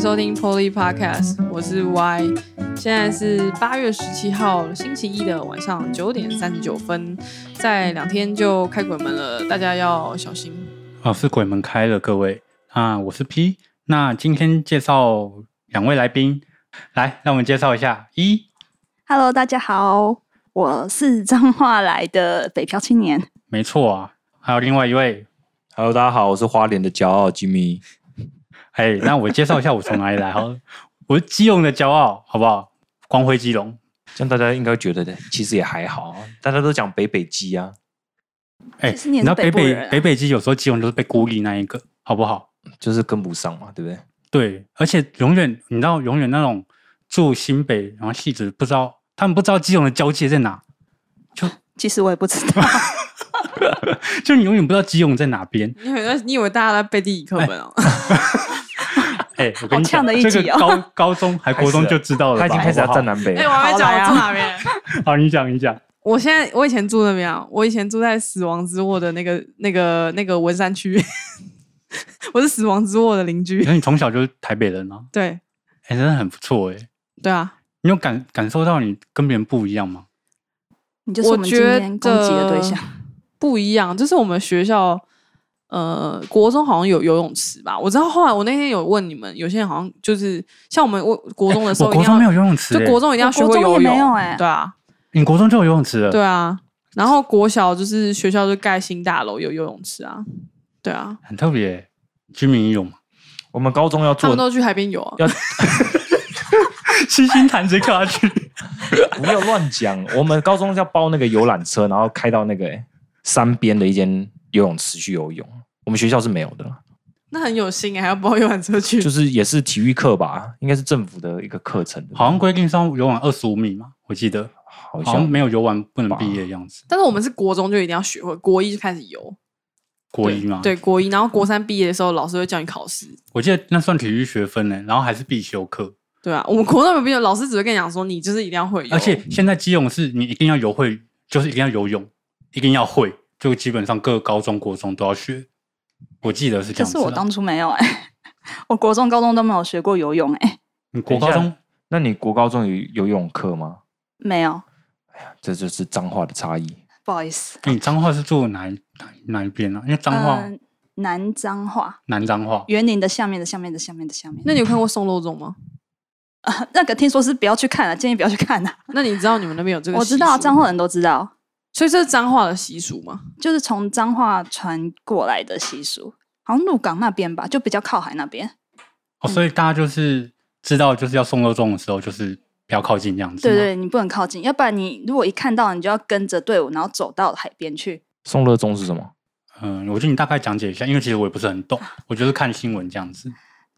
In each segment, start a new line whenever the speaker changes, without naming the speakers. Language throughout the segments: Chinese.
收听 Poly Podcast，我是 Y，现在是八月十七号星期一的晚上九点三十九分，在两天就开鬼门了，大家要小心。
啊，是鬼门开了，各位啊，我是 P。那今天介绍两位来宾，来，让我们介绍一下一，
Hello，大家好，我是彰化来的北漂青年。
没错啊，还有另外一位，
Hello，大家好，我是花莲的骄傲 Jimmy。
哎，那我介绍一下我从哪里来好了， 我是基隆的骄傲，好不好？光辉基隆，
这样大家应该觉得的，其实也还好啊， 大家都讲北北基啊，
哎，
其实你也
知道
是
北
北部
北
人啊
北北基有时候基隆就是被孤立那一个，好不好？
就是跟不上嘛，对不对？
对，而且永远你知道，永远那种住新北，然后戏子不知道，他们不知道基隆的交界在哪，
其实我也不知道，
就你永远不知道基隆在哪边。
你以为你以为大家在背地理课本哦？
哎、 我跟
好
你
呛
讲，
的一
这
集
个
哦
高高中 还国中就知道了吧，
他已经开始
好
要
不好
站南北
哎、
了。
我还没讲我住哪边。
好，你讲，你讲。
我现在我以前住那边啊，我以前住在死亡之握的那个那个那个文山区， 我是死亡之握的邻居
可。是你从小就是台北人啊，
对
哎、真的很不错哎、
对啊，
你有感感受到你跟别人不一样吗？
你就是我们今
觉
天攻击的对
得
象。
不一样，就是我们学校，呃，国中好像有游泳池吧？我知道后来我那天有问你们，有些人好像就是像我们我国中的时
我
候一定
国
要，
中没有游泳池、欸，
就国中一定要
我
学
国
会
中
游
也没有
泳，
欸
对啊，
你国中就有游泳池了。
对啊。然后国小就是学校就盖新大楼，有游泳池啊，对啊，
很特别、欸。居民游泳，
我们高中要
他
做
们，都去海边游、啊。
要
七星潭直接跳下去。
不要乱讲。我们高中要包那个游览车，然后开到那个欸山边的一间游泳池去游泳。我们学校是没有的啦，
嗯那很有心、欸，还要包游览车去
就。是也是体育课吧，应该是政府的一个课程。
好像规定上游泳二十五米嘛，我记得
好
好像
像
没有游完不能毕业的样子。
但是我们是国中就一定要学会，国一就开始游，
国一嘛，
对，国一，然后国三毕业的时候，老师会叫你考试，
我记得那算体育学分呢、欸然后还是必修课。
对啊，我们国中有没有老师只会跟你讲说，你就是一定要会游，
而且现在基泳是你一定要游会，就是一定要游泳，一定要会，就基本上各高中、国中都要学。我记得是这
可
样子
是
啦。
我当初没有哎、我国中、高中都没有学过游泳哎、
你嗯国高
等一
中
下那你国高中有游泳课吗？
没有，
这就是脏话的差异。
不好意思。
你彰化是住哪一哪哪一边啊？因为彰化、
嗯南彰化，
南彰化，
园林的下面的下面的下面的下面。
那你有看过送肉粽吗？
那、那个听说是不要去看了、建议不要去看了、
那你知道你们那边有这个？
我知道，啊彰
话，
化人都知道，
所以这是彰化的习俗吗？
就是从彰化传过来的习俗，好像鹿港那边吧，就比较靠海那边。
哦，所以大家就是知道就是要送肉粽的时候，就是不要靠近这样子。
对，对，你不能靠近，要不然你如果一看到，你就要跟着队伍，然后走到海边去。
送热衷是什么？
嗯，我觉得你大概讲解一下，因为其实我也不是很 懂，我就是看新闻这样子。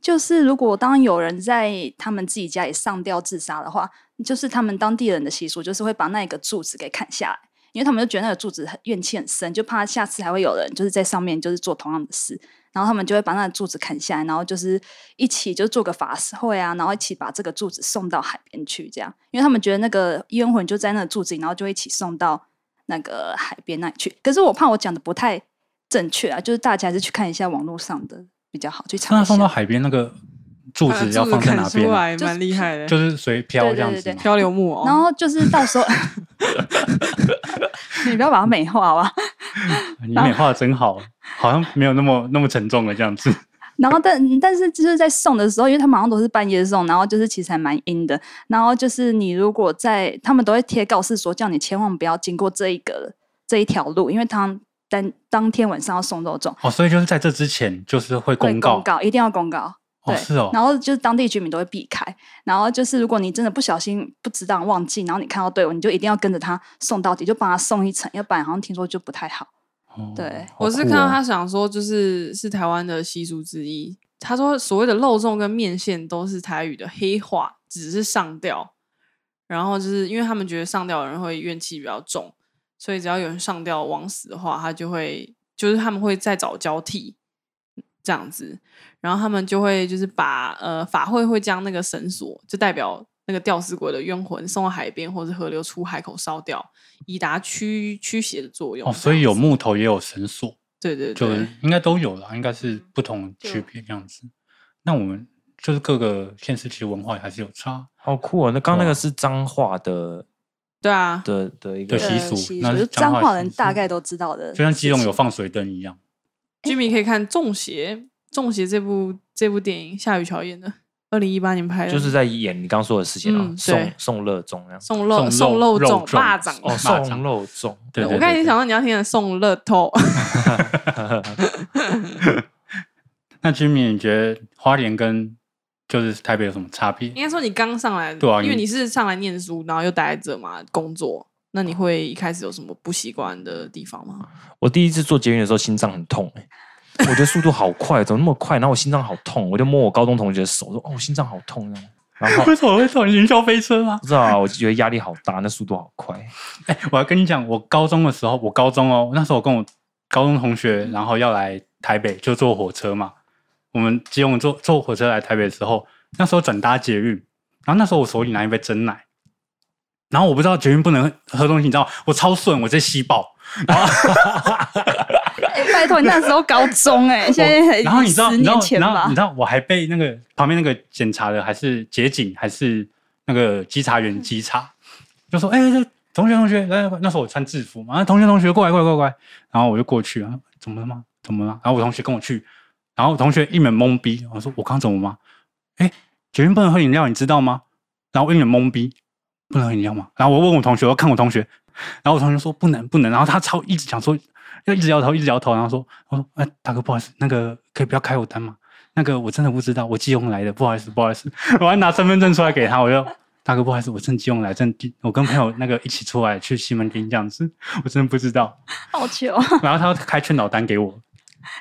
就是如果当有人在他们自己家里上吊自杀的话，就是他们当地人的习俗，就是会把那个柱子给砍下来，因为他们就觉得那个柱子很怨气很深，就怕下次还会有人就是在上面就是做同样的事，然后他们就会把那个柱子砍下来，然后就是一起就做个法事会啊，然后一起把这个柱子送到海边去，这样，因为他们觉得那个冤魂就在那个柱子里，然后就一起送到那个海边那里去。可是我怕我讲的不太正确啊，就是大家还是去看一下网络上的比较好，去查
那
一下
送。到海边那个柱 子要放在哪边、啊？
看出来蛮厉害的，
就是随飘
对对
这样子
对
吗。
漂流木
然
哦。
后就是到时候， 你不要把它美化啊。
你美化的真好，好像没有那么那么沉重了这样子。
然后但但是就是在送的时候，因为他们好像都是半夜送，然后就是其实还蛮阴的。然后就是你如果在，他们都会贴告示说叫你千万不要经过这一个这一条路，因为他当当天晚上要送肉粽，
哦，所以就是在这之前就是会
会
公告，
公告一定要公告。
哦
对，
是哦，
然后就是当地居民都会避开，然后就是如果你真的不小心不知道忘记，然后你看到队伍，你就一定要跟着他送到底，就帮他送一程，要不然好像听说就不太好。
哦
对
好
我是
酷
看到
哦
他想说，就是是台湾的习俗之一。他说所谓的肉粽跟面线都是台语的黑话，只是上吊。然后就是因为他们觉得上吊的人会怨气比较重，所以只要有人上吊枉死的话，他就会就是他们会再找交替这样子，然后他们就会就是把呃法会会将那个绳索就代表那个吊死鬼的冤魂送到海边或者河流出海口烧掉，以达驱驱邪的作用。
哦，所以有木头也有绳索，
这样子对对
就
对，
应该都有了，应该是不同区别这样子。那我们就是各个县市其实文化还是有差
好酷啊！那刚刚那个是彰化的
对啊，
的的一
的
个
习
呃
俗
习
那
俗
是
就
彰
彰
化
化
习
人
俗
大概都知道的事
就
情，
像基隆有放水灯一样。
居民可以看《中邪》，《中邪》这部这部电影，夏雨乔演的，二零一八年拍的，
就是在演你刚刚说的事情啊，
嗯
送
对
送热粽那样。
送肉
送
送肉
肉肉
粽、
粽
霸掌。
哦，
蚂蚱
送肉粽，
对对
我刚才已经想到你要听的送乐透，
那居民，你觉得花莲跟就是台北有什么差别？
应该说你刚上来，
对啊
因为
你
你是上来念书，然后又待在这嘛工作，那你会一开始有什么不习惯的地方吗？
我第一次做捷运的时候，心脏很痛、欸，我觉得速度好快，怎么那么快？然后我心脏好痛，我就摸我高中同学的手，我说：“哦，我心脏好痛。”这样，然后
为什么会坐云霄飞车吗
不？知道啊，我就觉得压力好大，那速度好快。
哎、我要跟你讲，我高中的时候，我高中哦，那时候我跟我高中同学，然后要来台北，就坐火车嘛。我们基隆坐坐火车来台北的时候，那时候转搭捷运，然后那时候我手里拿一杯真奶，然后我不知道捷运不能喝东西，你知道，我超顺，我直接吸爆。
哎、拜托，你那时候高 中哎、现在
然后你知道，
十
你知道
年，前
然后
吧
你知？道，我还被那个旁边那个检查的，还是捷警，还是那个稽查
嗯
员稽查，就说：“哎、这同学同学，来来，来那时候我穿制服嘛，啊同学同学过来过来过来过来。”然后我就过去啊，怎么了吗？怎么了？然后我同学跟我去，然后我同学一脸懵逼，我说：“我刚怎么了吗？”哎，捷运不能喝饮料，你知道吗？然后我一脸懵逼，不能喝饮料吗？然后我问我同学，我看我同学，然后我同学说不能不能，然后他超一直讲说，就一直摇头一直摇头，然后说我说哎大哥不好意思，那个可以不要开我单吗？那个我真的不知道，我基隆来的，不好意思不好意思， 我还拿身份证出来给他，我就。 大哥，不好意思，我真基隆来，真我跟朋友那个一起出来去西门町这样子，我真的不知道。
好久，
然后他开劝导单给我，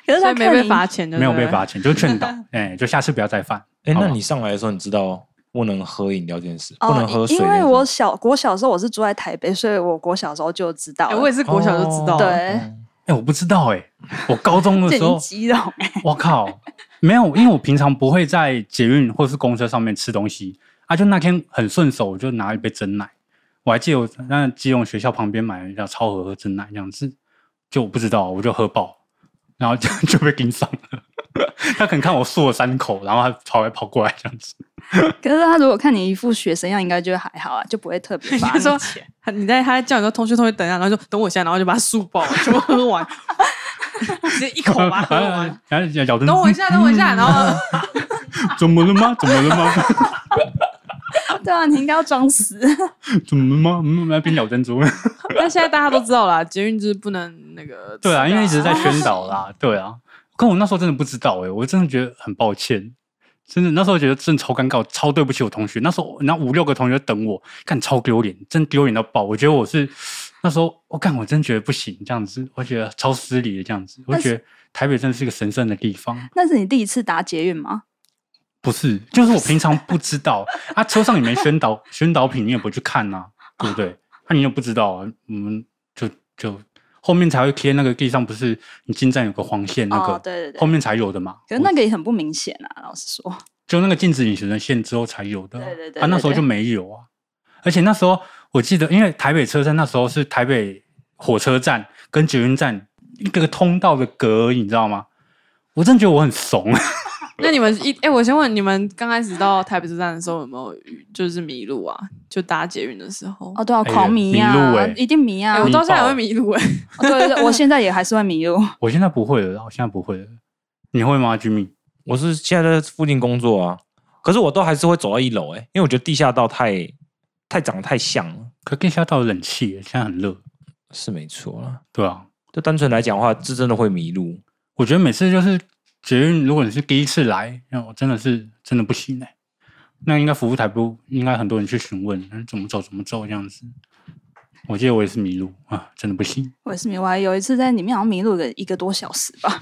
可是
所
他
以没被
看你
罚钱，
没有被。罚钱，就是劝导，哎、就下次不要再犯。
哎、
好
那
吧
你上来的时候，你知道不能喝饮料这件事，
哦
不能喝水
因
那种，
为我小国小的时候我是住在台北，所以我国小的时候就知道
哎，
了。
我也是国小就知道了，
对
嗯
哎、我不知道哎、我高中的
这已
时候
经激动哎、
我靠，没有，因为我平常不会在捷运或是公车上面吃东西啊，就那天很顺手，我就拿一杯真奶，我还记得我在那基隆学校旁边买了一条超盒喝真奶这样子，就我不知道，我就喝爆，然后就 就被盯上了。他可能看我漱了三口，然后他跑来跑过来这样子。
可是他如果看你一副学生样，应该就还好啊，就不会特别罚
他
你
说
钱。
你在他叫你说同学同学等一下，然后就等我一下，然后就把它漱爆，全部喝完， 直接一口 把它喝完。
然后哎咬咬 着，
等我一下，等我一下，然后
嗯怎么了吗？怎么了吗？
对啊，你应该要装死。
怎么了吗？嗯，那边咬珍珠。
但现在大家都知道啦，捷运就是不能那个。哦
对啊，
吃
因为一
的
直在宣导啦，对啊。可我那时候真的不知道哎、我真的觉得很抱歉，真的那时候觉得真的超尴尬，超对不起我同学。那时候那五六个同学等我，干超丢脸，真丢脸到爆。我觉得我是那时候我干，我真觉得不行，这样子，我觉得超失礼的这样子。我
但
觉得台北真的是一个神圣的地方，
那是你第一次搭捷运吗？
不是？就是我平常不知道啊，车上也没宣导宣导品，你也不去看呐、对不对？那、你又不知道啊，我们就就后面才会贴那个地上不是你进站有个黄线那个，
哦，对对对
后。面才有的嘛。
可是那个也很不明显啊，老实说。
就那个禁止饮食的线之后才有的啊，
对对对
啊，那时候
对对
就没有啊。而且那时候我记得，因为台北车站那时候是台北火车站跟捷运站一个通道的隔而已，你知道吗？我真的觉得我很怂，啊
那你们一哎、我先问你们，刚开始到台北车站的时候有没有遇就是迷路啊？就搭捷运的时候，
哦，对啊，
哎呀
狂迷啊，
迷路哎
一定迷啊！
哎、
哦
我
你
到现在
爆
还
了
会迷路哎、
对对对，我现在也还是会迷路。
我现在不会了，我现在不会了。你会吗，Jimmy？
我是现在在附近工作啊，可是我都还是会走到一楼哎、因为我觉得地下道太太长得太像了，
可地下道有冷气耶，现在很热，
是没错啦。
对啊。
就单纯来讲的话，这真的会迷路。
我觉得每次就是捷运，如果你是第一次来，那我真的是真的不行哎、那应该服务台不应该很多人去询问，嗯怎么走怎么走这样子。我记得我也是迷路啊，真的不行，
我也是迷路啊，有一次在里面好像迷路个一个多小时吧。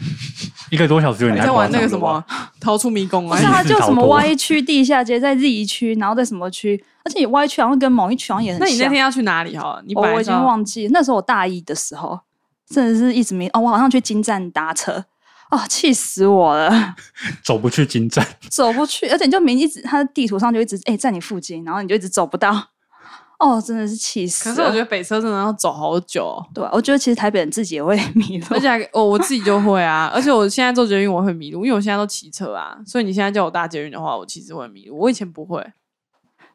一个多小时有
你
点太
在
夸
玩
张
那个什
了吧
么逃出迷宫
不
啊
是？啊，
你是
就
逃
什么
脱
Y 区、地下街，在 Z 区，然后在什么区，而且 Y 区好像跟某一区好像也很
那
像。
你那天要去哪里好了？你
我
本来
我已
是
经
要
忘记，那时候我大一的时候，真的是一直迷哦，我好像去金站搭车，哦，气死我了，
走不去金站，
走不去，而且你就明一直，它的地图上就一直哎、在你附近，然后你就一直走不到， 哦，真的是气死
可
了。
是我觉得北车真的要走好久 哦、
对啊，我觉得其实台北人自己也会迷路，
而且还我、我自己就会啊，而且我现在做捷运我会迷路，因为我现在都骑车啊，所以你现在叫我搭捷运的话，我其实会迷路。我以前不会，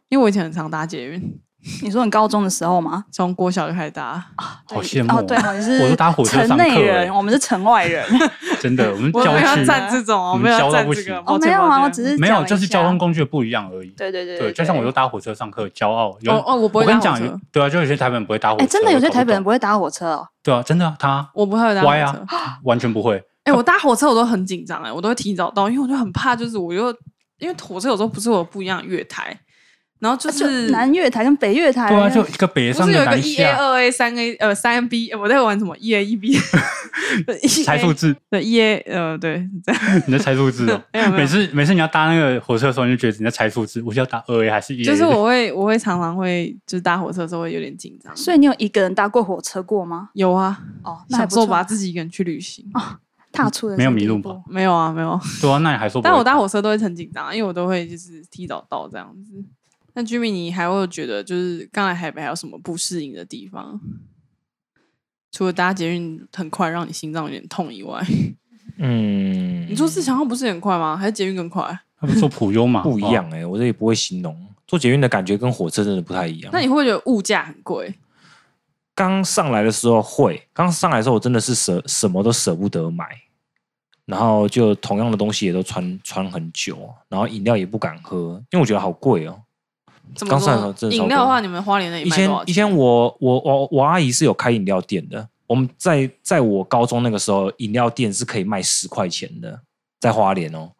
因为我以前很常搭捷运，
你说你高中的时候吗？
从国小就开始 搭。
好
对
羡慕
哦，对哦，你是
我是搭火车上
城内
课
人，
欸
我们是城外人。
真的，我们
我
郊
没有要
区
站这种，我
你
没
们
有要
嗯教到
站
不
这个
行，
抱
哦，
歉
没有
抱
啊，我
歉
只是
没有，
讲一
就是
下
交通。工具的不一样而已。
对对对
对，就像我又搭火车上课，骄傲。有
哦哦我不会
我跟你
搭火
讲
车
有，对啊，就有些台北人不会搭火车。
哎，真的有些
我搞不
台北人
懂
不会搭火车哦。
对啊，真的啊，他
我不会搭火
歪啊
车。
完全不会。
哎、我搭火车我都很紧张哎，我都会提早到，因为我就很怕，就是我又因为火车有时候不是我不一样的月台，然后就
啊就是南月台跟北月台，
对啊，就一个北
不
上
是有一个
南
一 A
下，
二 A 三 A 呃三 B，呃我在玩什么一 A 一 B，，E 哎
猜数字，
对一 A 呃对这样。
你在猜数字哦
没有没有
每次每次你要搭那个火车的时候，你就觉得你在猜数字，我是要搭二 A 还是一 E A？
就是我会我会常常会就是搭火车的时候会有点紧张，
所以你有一个人搭过火车过吗？
有啊，
哦，那还
享
不错哦
受。吧自己一个人去旅行，
踏出的
没有
这
迷
第一
路
步
吧？
没有啊没有，
对啊，那你还说不会？
但我搭火车都会很紧张，因为我都会就是提早到这样子。那 Jimmy，你还会觉得就是刚来台北还有什么不适应的地方？除了搭捷运很快让你心脏有点痛以 外，
嗯，
你坐自强号不是很快吗？还是捷运更快？
他不是说普优嘛，
不一样
哦。
哎、我这也不会形容。坐捷运的感觉跟火车真的不太一样。
那你会不会觉得物价很贵？
刚上来的时候会，刚上来的时候我真的是舍什么都舍不得买，然后就同样的东西也都穿穿很久，然后饮料也不敢喝，因为我觉得好贵哦、
怎么
刚上来的时候
说？
真的超
饮料的话，你
贵
们花莲那里
以
卖
前
多少钱？
以前我我我我阿姨是有开饮料店的，我们在在我高中那个时候，饮料店是可以卖十块钱的，在花莲哦。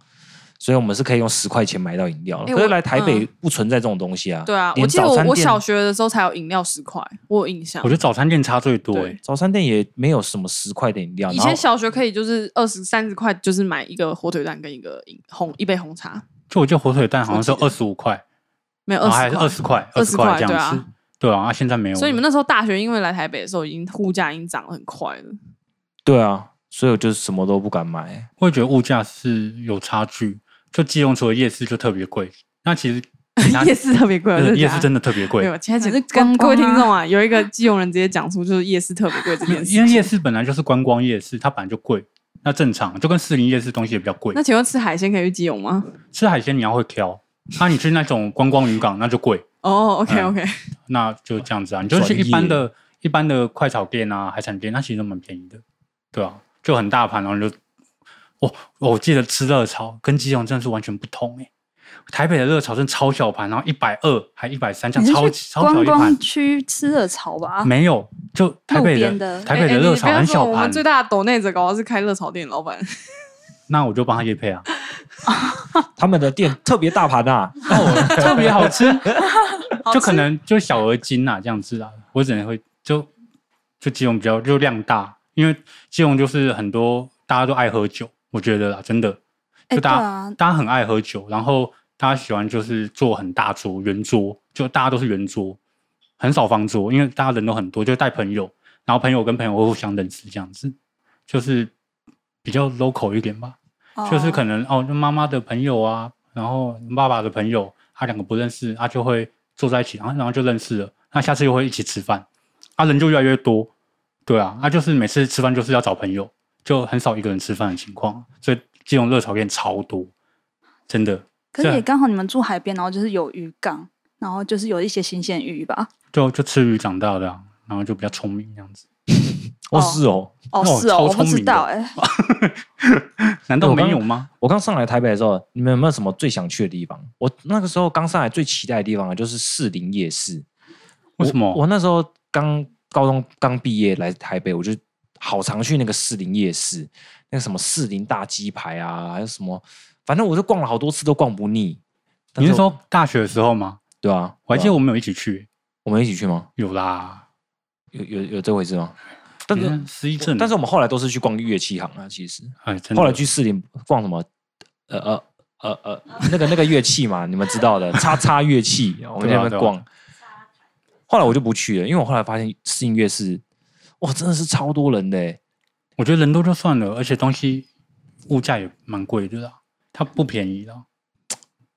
所以我们是可以用十块钱买到饮料的，
诶
可是
我
来台北
嗯
不存在这种东西啊。
对啊，
连
我记得
早
我
餐
我
店
小学的时候才有饮料十块，我有印象
我觉。得早餐店差最多欸
对
诶，
早餐店也没有什么十块的饮料，
以
然后
前小学可以就是二十三十块，就是买一个火腿蛋跟一个饮红一杯红茶，
就我记得火腿蛋好像是二十五块，
没有
然
二
后还
十
是
块，
二十块，二
20
十
块
块这
对
样
啊
子。对啊，啊现在没有了。
所以你们那时候大学因为来台北的时候，已经物价已经涨得很快了。
对啊，所以我就什么都不敢买。
会觉得物价是有差距，就基隆除了夜市就特别贵，那其实其 他
夜市特别贵，我
呃夜
假
市
的
真的特别
没
贵，
有，现在只是
观
跟各位听
光啊
众啊，有一个基隆人直接讲出就是夜市特别贵这件
因
事
为
情。
夜市本来就是观光夜市，它本来就贵，那正常就跟士林夜市东西也比较贵
那。请问吃海鲜可以去基隆吗？
吃海鲜你要会挑，那、你去那种观光渔港那就贵，
哦，OK
嗯
OK，
那就这样子啊，你就去一般的一般的快炒店啊、海产店，那其实都蛮便宜的，对啊，就很大盘，然后你就我我记得吃热炒跟基隆真的是完全不同诶、台北的热炒真的超小盘，然后一百二还一百三，这
你
样超
是
级
去
超小
观
一盘
光，区吃热炒吧？
没有，就台北
路边
的
的
台北
哎哎
的
你
热
不
炒
要
很
说
小
我们
盘，
最大的抖内者搞的是开热炒店的老板，
那我就帮他夜配啊，
他们的店特别大盘 啊，
那我 特别好 吃，
好
就可
吃
能就小而精啊这样子啊，我只能会就就基隆比较就量大，因为基隆就是很多大家都爱喝酒，我觉得啦，真的，
哎
就大家、
对啊
大家很爱喝酒，然后大家喜欢就是坐很大桌圆桌，就大家都是圆桌，很少方桌，因为大家人都很多，就带朋友，然后朋友跟朋友会互相认识这样子，就是比较 local 一点吧。就是可
哦
能哦，就妈妈的朋友啊，然后爸爸的朋友，他两个不认识，他就会坐在一起，然后然后就认识了，那下次又会一起吃饭，啊，人就越来越多，对啊，啊，就是每次吃饭就是要找朋友，就很少一个人吃饭的情况，所以这种热炒店超多，真的，
可是
这
也刚好你们住海边，然后就是有渔港，然后就是有一些新鲜鱼吧？
就就吃鱼长大的、啊，然后就比较聪明这样子，
哦
哦
是哦，
哦，
哦
是哦，
超
我不
聪
知
明的啊
道哎。
难道
哎我
没
刚
有吗？
我刚上来台北的时候，你们有没有什么最想去的地方？我那个时候刚上来最期待的地方啊，就是士林夜市。
为什么
我？我那时候刚高中刚毕业来台北，我就好常去那个士林夜市，那个什么士林大鸡排啊，还有什么，反正我就逛了好多次都逛不腻。但
你是
我
说大学的时候吗？
对啊？
我还记
对
得
啊
我们有一起去，
我们一起去吗？
有啦，
有有有这回事吗？但是
嗯失忆症，
但是我们后来都是去逛乐器行啊，其实
哎，真的
后来去士林逛什么，呃呃呃呃，那个那个乐器嘛，你们知道的，叉叉乐器，我们在那
对啊
边逛。后来我就不去了，因为我后来发现士林夜市，哇，真的是超多人的欸，
我觉得人多就算了，而且东西物价也蛮贵的啦，它不便宜啦。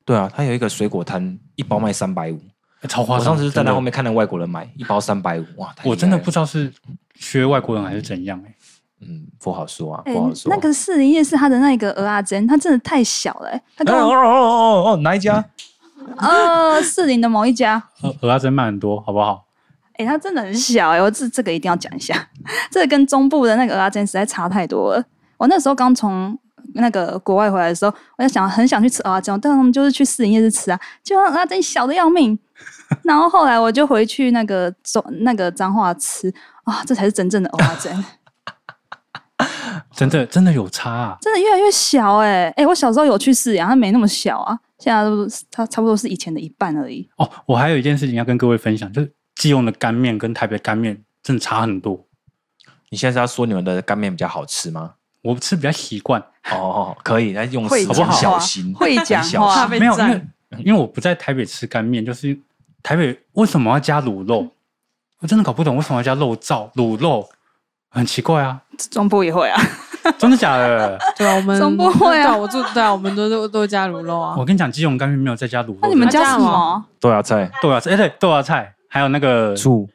对啊，它有一个水果摊，一包卖三百五，
欸超夸
我
张！
上次是站在
真的
后面看那外国人买一包三百五，哇，太厉害
我真的
了
不知道是学外国人还是怎样哎、
嗯，不好说啊，
哎、
不好说。
那个士林夜市它的那个鹅啊煎，它真的太小了、欸，它
哦
跟
哎
哦
我
哦哦哦，哪一家？
嗯
呃士林的某一家，
欸，鹅鸭真卖很多，好不好？
哎、它真的很小哎、我这这个一定要讲一下， 这个跟中部的那个鹅啊煎实在差太多了。我那时候刚从那个国外回来的时候，我就想很想去吃鹅啊煎，但他们就是去士林夜市吃啊，结果鹅啊煎小的要命。然后后来我就回去那个中那个彰化吃啊，这才是真正的鹅啊煎，
真的真的有差啊！
真的越来越小哎、哎、我小时候有去试养，它没那么小啊，现在都是它差不多是以前的一半而已。
哦，我还有一件事情要跟各位分享，就是基隆的干面跟台北干面真的差很多。
你现在是要说你们的干面比较好吃吗？
我吃比较习惯，
哦哦，可以，那用
会
词
讲
很小
话
心，
会
很
讲
小
话
怕
心
被
没有，因为
赞，
因为我不在台北吃干面，就是台北为什么要加卤肉？我真的搞不懂为什么要加肉燥卤肉，很奇怪啊！
中部也会啊，
真的假的？
对啊，我们
总不会啊
对我住对啊，我们都都都加卤肉啊
我，跟你讲，基隆干面没有再加卤肉的。
哦那你们
家
加
这样
什么？
豆芽啊菜、
豆芽菜？哎、对，豆芽菜，还有那个，
醋、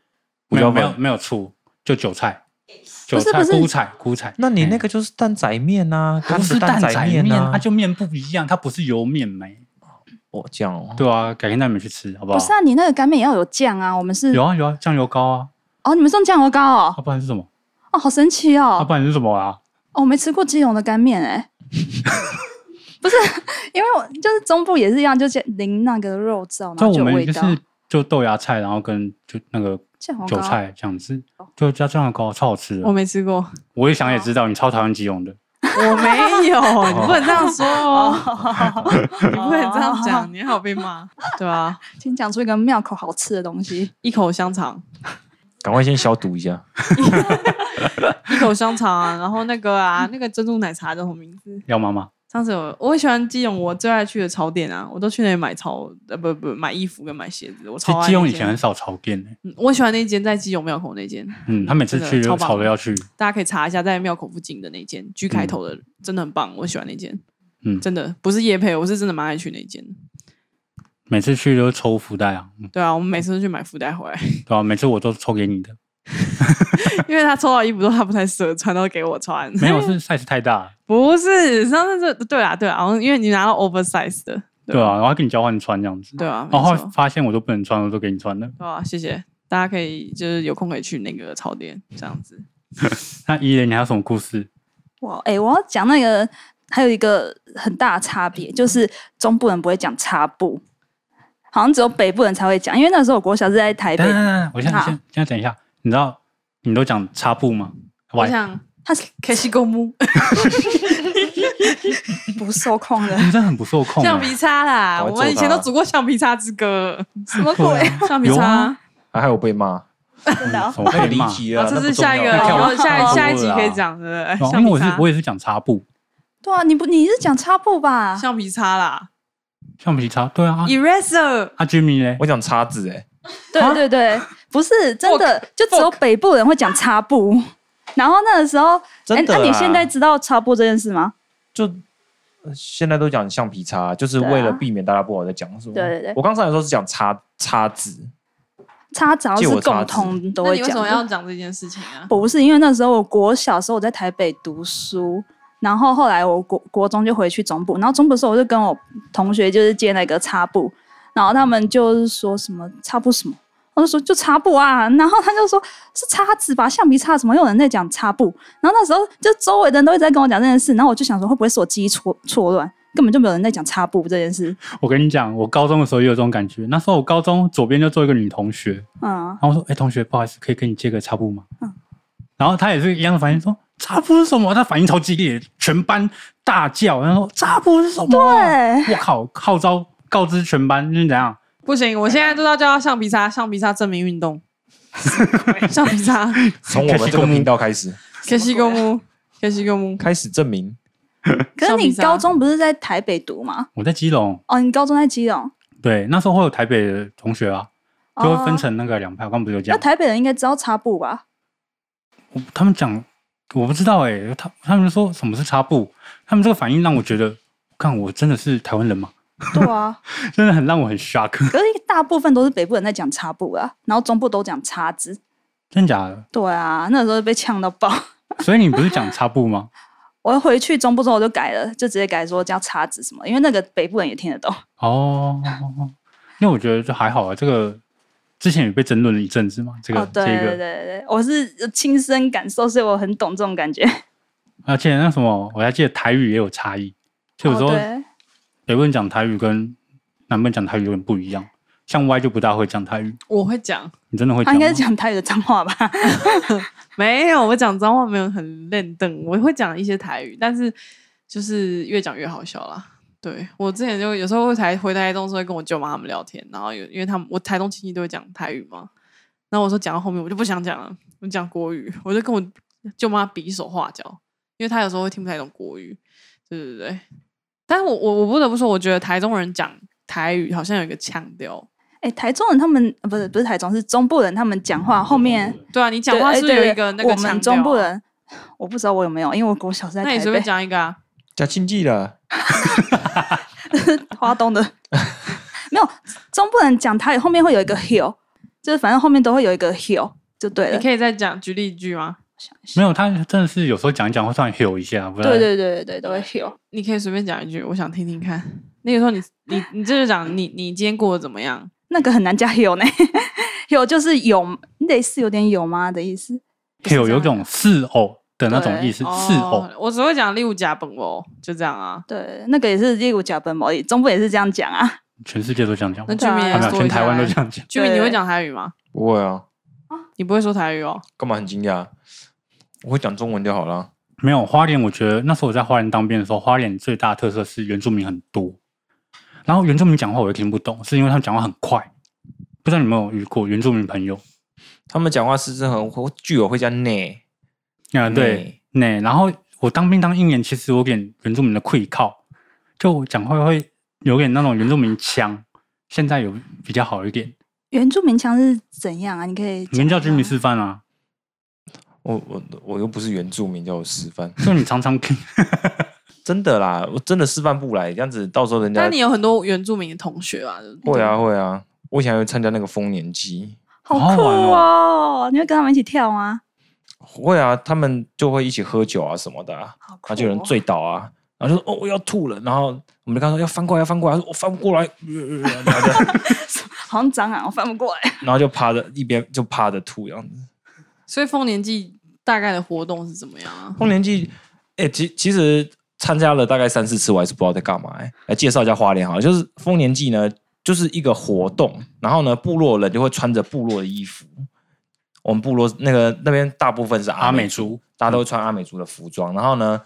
胡
没有
椒
没有
粉。
没有醋，就韭菜，韭
是
菜
不是
菇菜菇菜。
那你
哎
那个就是蛋仔面啊呐，
它
干
不是
的
蛋仔
仔
面
啊，
它就面不一样，它不是油面没。
哦这样哦。
对啊，改天带你们去吃好不好？
不是啊，你那个干面也要有酱啊，我们是
有啊有啊，酱油膏啊，
哦，你们送酱油膏哦，
要不然是什么？
哦，好神奇
要
哦，
不然是什么啊？
哦，我没吃过基隆的干面哎、 不是， 因为我就是中部也是一样，就是淋那个肉燥，然
这我
后哦就有
们
味
就是
道。
就豆芽菜，然后跟就那个
酱油
韭
膏哦
菜这样子，就加酱油膏，超好吃的
我。没吃过，
我也想也知道你超讨厌基隆的，
我没 有，你不能这样说哦， 你不能这样
哦
讲，你好被骂，对吧？
请讲出一个妙口好吃的东西。
一口香肠，
赶快先消毒一下。
一口香肠啊， 然后那个 啊，那个珍珠奶茶叫什么名字？
要妈妈
上次我我很喜欢基隆，我最爱去的潮店啊，我都去那里买潮呃不不买衣服跟买鞋子，我
其
超
实
爱
基隆
那
以
间
前很少潮店的，
嗯我喜欢那间在基隆庙口那间，
嗯，他每次
真的
去就
超棒
吵着要去，
大家可以查一下在庙口附近的那间 G 开头的，真的很棒，我喜欢那间，
嗯
真的不是夜配，我是真的蛮爱去那间。
每次去都抽福袋啊，嗯
对啊，我们每次都去买福袋回来，
对啊，每次我都抽给你的，
因为他抽到衣服都他不太适合穿，都给我穿。
没有是 size 太大了，
不是，上次是对啊对啊，然后因为你拿到 oversize 的，
对啊，然后跟你交换穿这样子，
对啊，没
然哦后
错，
后来发现我都不能穿，我都给你穿了。
对啊，谢谢大家可以就是有空可以去那个潮店这样子。
那依人，你还有什么故事？
哇，哎、我要讲那个还有一个很大的差别，
嗯
就是中部人不会讲擦布，好像只有北部人才会讲。因为那时候我国小是在
哎
台北
等等，等等，我先
好
先先等一下，你知道你都讲擦布吗？
我
喂，
想
他是
开西公木，
不受控 的，
你真的很不受控欸。
橡皮擦啦，
我会
我们以
揍他
前都组过橡皮擦之歌，
什么鬼？
对啊，
橡皮
有
擦
啊。
还有被骂，
真的哦、
怎么哎可
那个
以
离
骂？
题
啊，
了，
这
那
是
不重
下一个，
要
跳
然
过
后下
跳过
下一集可以
了
讲的，哎
对啊
橡
因为
皮
我是
擦，
我也是讲擦布，
对啊，你不你是讲擦布吧？
橡皮擦啦
橡皮擦，对啊。啊
，eraser，
啊，Jimmy 嘞，
我讲叉子哎，
对
啊
对 对，不是真的，就只有
fork
北部人会讲擦布。然后那个时候，哎，
真的
那、
啦。
你现在知道擦布这件事吗？
就呃现在都讲橡皮擦，就是
对啊
为了避免大家不好在讲什么。
对对对
我刚才的时候是讲叉叉子，
擦只要
借
是
我擦
共
纸
同都
那
会
你为
讲
什么
的。
要讲这件事情啊？
不是因为那时候我国小时候我在台北读书，然后后来我国国中就回去中部，然后中部的时候我就跟我同学就是借那个擦布，然后他们就是说什么擦布什么，我就说就擦布啊，然后他就说是擦纸吧，橡皮擦怎么有人在讲擦布？然后那时候就周围的人都一直在跟我讲这件事，然后我就想说会不会是我记忆错错乱，根本就没有人在讲擦布这件事，嗯
我跟你讲，我高中的时候也有这种感觉。那时候我高中左边就坐一个女同学，
嗯。
然后我说：“哎、同学，不好意思，可以跟你借个擦布吗？”然后她也是一样的反应，说：“擦布是什么？”她反应超激烈，全班大叫，然后说：“擦布是什么？”
对
我靠，号召告知全班是怎样？
不行，我现在都要叫他橡皮擦，橡皮擦证明运动，橡皮擦，
从我们这个频道开始，
开西公木，开西公木，
开始证明
可是
橡皮
你
擦
高中不是在台北读吗？
我在基隆，
哦，你高中在基隆，
对，那时候会有台北的同学啊，就会分
哦
成那个两派。我刚不是有
那
讲，
台北人应该知道擦布吧？
我他们讲我不知道哎、他他们说什么是擦布，他们这个反应让我觉得，看我真的是台湾人吗？
对啊，
真的很让我很 shock，
可是大部分都是北部人在讲茶布啊，然后中部都讲茶子。
真假的？
对啊，那时候被呛到爆。
所以你不是讲擦布吗？
我回去中部之后我就改了，就直接改说叫叉子什么，因为那个北部人也听得懂。
哦，那我觉得就还好啊。这个之前也被争论了一阵子嘛，这个、
哦，对
这
对对
个，
对，我是亲身感受，所以我很懂这种感觉。
而且那什么，我还记得台语也有差异，就有时候
哦、对
北部人讲台语跟南部人讲台语有点不一样。像 Y 就不大会讲台语，
我会讲，
你真的会讲
他啊应
吗？
该是讲台语的脏话吧？
没有，我讲脏话没有很认真，我会讲一些台语，但是就是越讲越好笑啦。对我之前就有时候会台回台东的时候会跟我舅妈他们聊天，然后有因为他们我台东亲戚都会讲台语嘛，然后我说讲到后面我就不想讲了，我讲国语，我就跟我舅妈比手画脚，因为她有时候会听不太懂国语，对对对。但是我我我不得不说，我觉得台中人讲台语好像有一个腔调，
哎、台中人他们呃不是不是台中，是中部人，他们讲
哦
话后面
对啊，你讲话
对
是不
哎
是有
对
一个那个
我
腔调、啊
们中部人，我不知道我有没有，因为我我小时候在
那你
台
随便
北，
讲一个啊，
加经济了，
花东的 没有中部人讲台语后面会有一个 hill，就是反正后面都会有一个 hill 就对
你
了。
可以再讲举例一句吗？
没有，他真的是有时候讲一讲会突然 h 一下，不然
对对对对对，都会 hill。
你可以随便讲一句，我想听听看。那个时候你你你这就讲你你今天过得怎么样？
那个很难加有呢， 有就是有，类似有点有吗的意思。
是这
h 有
样
种似偶的那种
对
意思，似偶。
哦，我只会讲六甲本哦，就这样啊。
对，那个也是业务脚本而已，中部也是这样讲啊。
全世界都这样讲
那
吧，
居民
对
啊
也
啊
没有
说
全
一下
台湾都
来
这。样讲。
居民，你
对
会讲台语吗？
不会啊，
你不会说台语哦。
干嘛很惊讶？我会讲中文就好了。
没有花莲，我觉得那时候我在花莲当兵的时候，花莲最大的特色是原住民很多，然后原住民讲话我也听不懂，是因为他们讲话很快。不知道你们有没有遇过原住民朋友？
他们讲话是真的很具有会加内，
啊，对，那、然后我当兵当一年，其实我有点原住民的愧靠，就我讲话会有点那种原住民腔。现在有比较好一点，
原住民腔是怎样啊？你可以
你跟
讲
叫
一
居民
下
示范啊，
我我我又不是原住民，叫我示范，
就你常常 听，
真的啦，我真的示范不来，这样子到时候人家
但你有很多原住民的同学啊，对不对
会啊会啊，我想要参加那个丰年祭，
好
好好
酷
玩哦
哦！你会跟他们一起跳吗？
会啊，他们就会一起喝酒啊什么的、啊，
好酷、
然后就有人。醉倒啊，然后就说哦我要吐了，然后我们就跟他说要翻过来要翻过来，他说我哦翻不过来，呃然后就
好像蟑螂，我翻不过来。
然后就趴着一边就趴着吐这样子。
所以丰年祭大概的活动是怎么样啊？
丰年祭，哎、其其实参加了大概三四次，我还是不知道在干嘛、欸。来介绍一下花莲好了，就是丰年祭呢，就是一个活动，然后呢，部落人就会穿着部落的衣服。我们部落那个那边大部分是阿
阿美
美
族
族，大家都会穿阿美族的服装，然后呢，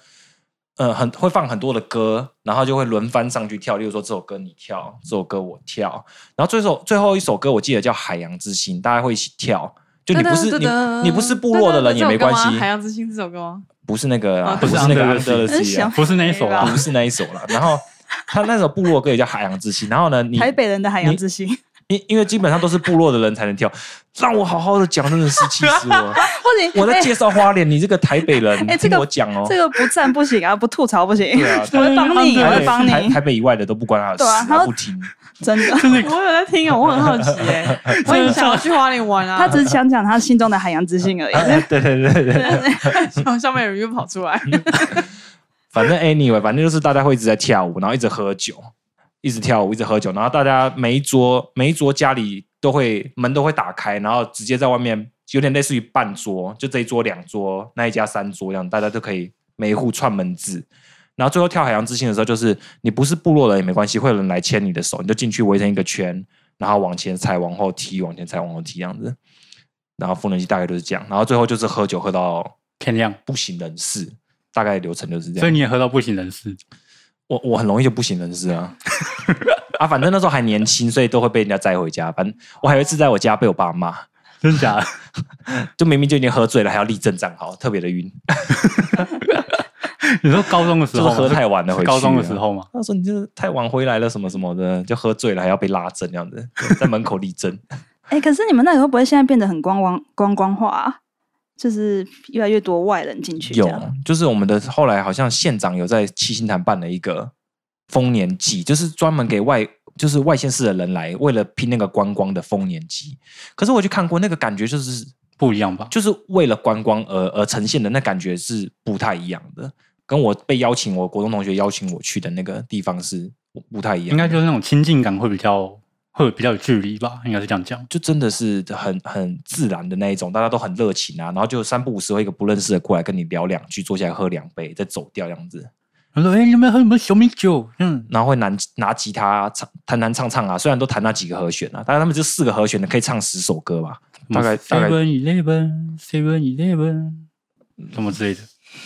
呃，很会放很多的歌，然后就会轮番上去跳。例如说这首歌你跳，这首歌我跳，然后最首最后一首歌我记得叫《海洋之心》，大家会一起跳。就你不是你你不是部落的人也没关
这首歌
系
吗，海洋之心这首歌吗？
不是那个啦
啊
不是那个 Under the
是
Sea，
想
啊
不是那一首
法
啊
不。是那一首啦。然后他那首部落歌也叫《海洋之心》，然后呢，你
台北人的海洋之心，
因因为基本上都是部落的人才能跳，让我好好的讲，真的是气死 我！
不行，
我在
哎
介绍花莲，你这个台北人，
哎这
听
个
我讲哦
这。个不赞不行 啊，不吐槽不行。
对啊
我会帮你，我
台
会
北
帮
台
你
台，北以外的都不关他的
对啊
事，
他
他不听。
真的。
我有在听啊，我很好奇 哎，我很想要去花莲玩 啊。
他只是想讲他心中的海洋之心而已。
啊对对对对对，
只上面有人又跑出来，
反正 anyway，反正就是大家会一直在跳舞，然后一直喝酒，一直跳舞，一直喝酒，然后大家每一桌每一桌家里都会门都会打开，然后直接在外面有点类似于半桌，就这一桌两桌，那一家三桌这样，大家都可以每一户串门子。然后最后跳海洋之心的时候，就是你不是部落人也没关系，会有人来牵你的手，你就进去围成一个圈，然后往前踩，往后踢，往前踩，往后踢这样子。然后赋能期大概就是这样，然后最后就是喝酒喝到
天亮，
不省人事，大概流程就是这样。
所以你也喝到不省人事。
我我很容易就不省人事啊。啊，反正那时候还年轻，所以都会被人家载回家。反正我还有一次在我家被我爸骂，
真假的？
就明明就已经喝醉了，还要立正站好，特别的晕。
你说高中的时候吗
就是喝太晚了
是
回去啊
高中的时候嘛，
他说你这太晚回来了，什么什么的，就喝醉了还要被拉正这样子，在门口立正。
哎、可是你们那里会不会现在变得很观光观光化、啊？就是越来越多外人进去这
有啊
样。，
就是我们的后来好像县长有在七星潭办了一个丰年祭，就是专门给外就是外县市的人来，为了拼那个观光的丰年祭。可是我去看过，那个感觉就是
不一样吧？
就是为了观光而而呈现的那感觉是不太一样的，跟我被邀请我国中同学邀请我去的那个地方是不太一样的。
应该就是那种亲近感会比较会比较有距离吧，应该是这样讲。
就真的是很很自然的那一种，大家都很热情啊，然后就三不五时会一个不认识的过来跟你聊两句，坐下来喝两杯，再走掉这样子。
他说：“哎、你有没有喝什么小米酒？”嗯，
然后会拿拿吉他唱弹弹唱唱啊，虽然都弹那几个和弦啊，但是他们就四个和弦的可以唱十首歌吧，大概大概
seven eleven seven eleven 什么之类的，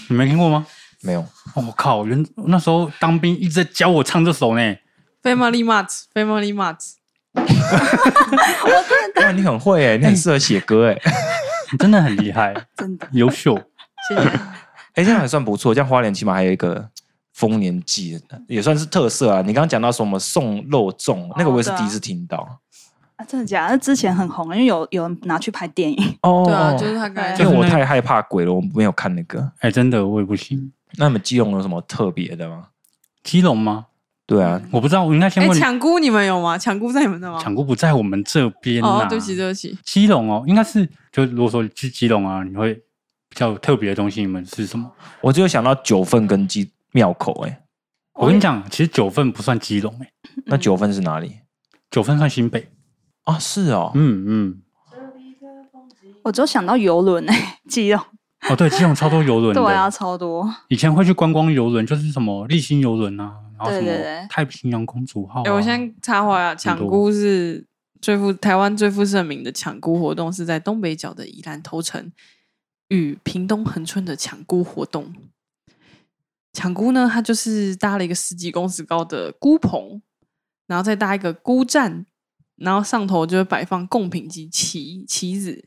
你没听过吗？
没有。
哦我、靠！原那时候当兵一直在教我唱这首呢。
Family Mart Family Mart，
哇，你很会哎、你很适合写歌哎、欸，
你真的很厉害，
真的
优秀。
谢 谢。
哎、这样还算不错。这样花莲起码还有一个丰年祭，也算是特色啊。你刚刚讲到什么送肉粽，那个我也是
哦
第一
对啊
次听到。
啊，真的假的？那之前很红，因为有有人拿去拍电影，
哦
对啊，就是他刚才
因
就
为
是
我
那
太害怕鬼了，我没有看那个。
哎、真的我也不行。
那你们基隆有什么特别的吗？
基隆吗？
对啊，
我不知道，我应该先
哎，
问。
抢姑你们有吗？抢姑在你们那吗？
抢姑不在我们这边呐、
哦，对不起，对不起，
基隆哦，应该是就如果说去基隆啊，你会比较有特别的东西，你们是什么？
我只有想到九份跟基庙口、欸，哎，
哦
我跟你讲，其实九份不算基隆、欸，
嗯
那九份是哪里？
九份算新北。
啊，是哦，
嗯嗯，
我只有想到游轮哎，基隆，
哦对，基隆超多游轮的，
对啊，超多，
以前会去观光游轮，就是什么立新游轮啊，然后什
对对对
么太平洋公主号、啊。
哎，我先插话啊，抢姑是最负台湾最负盛名的抢姑活动，是在东北角的宜兰头城与屏东恒春的抢姑活动。抢姑呢，它就是搭了一个十几公尺高的菇棚，然后再搭一个菇站，然后上头就会摆放贡品及旗旗子，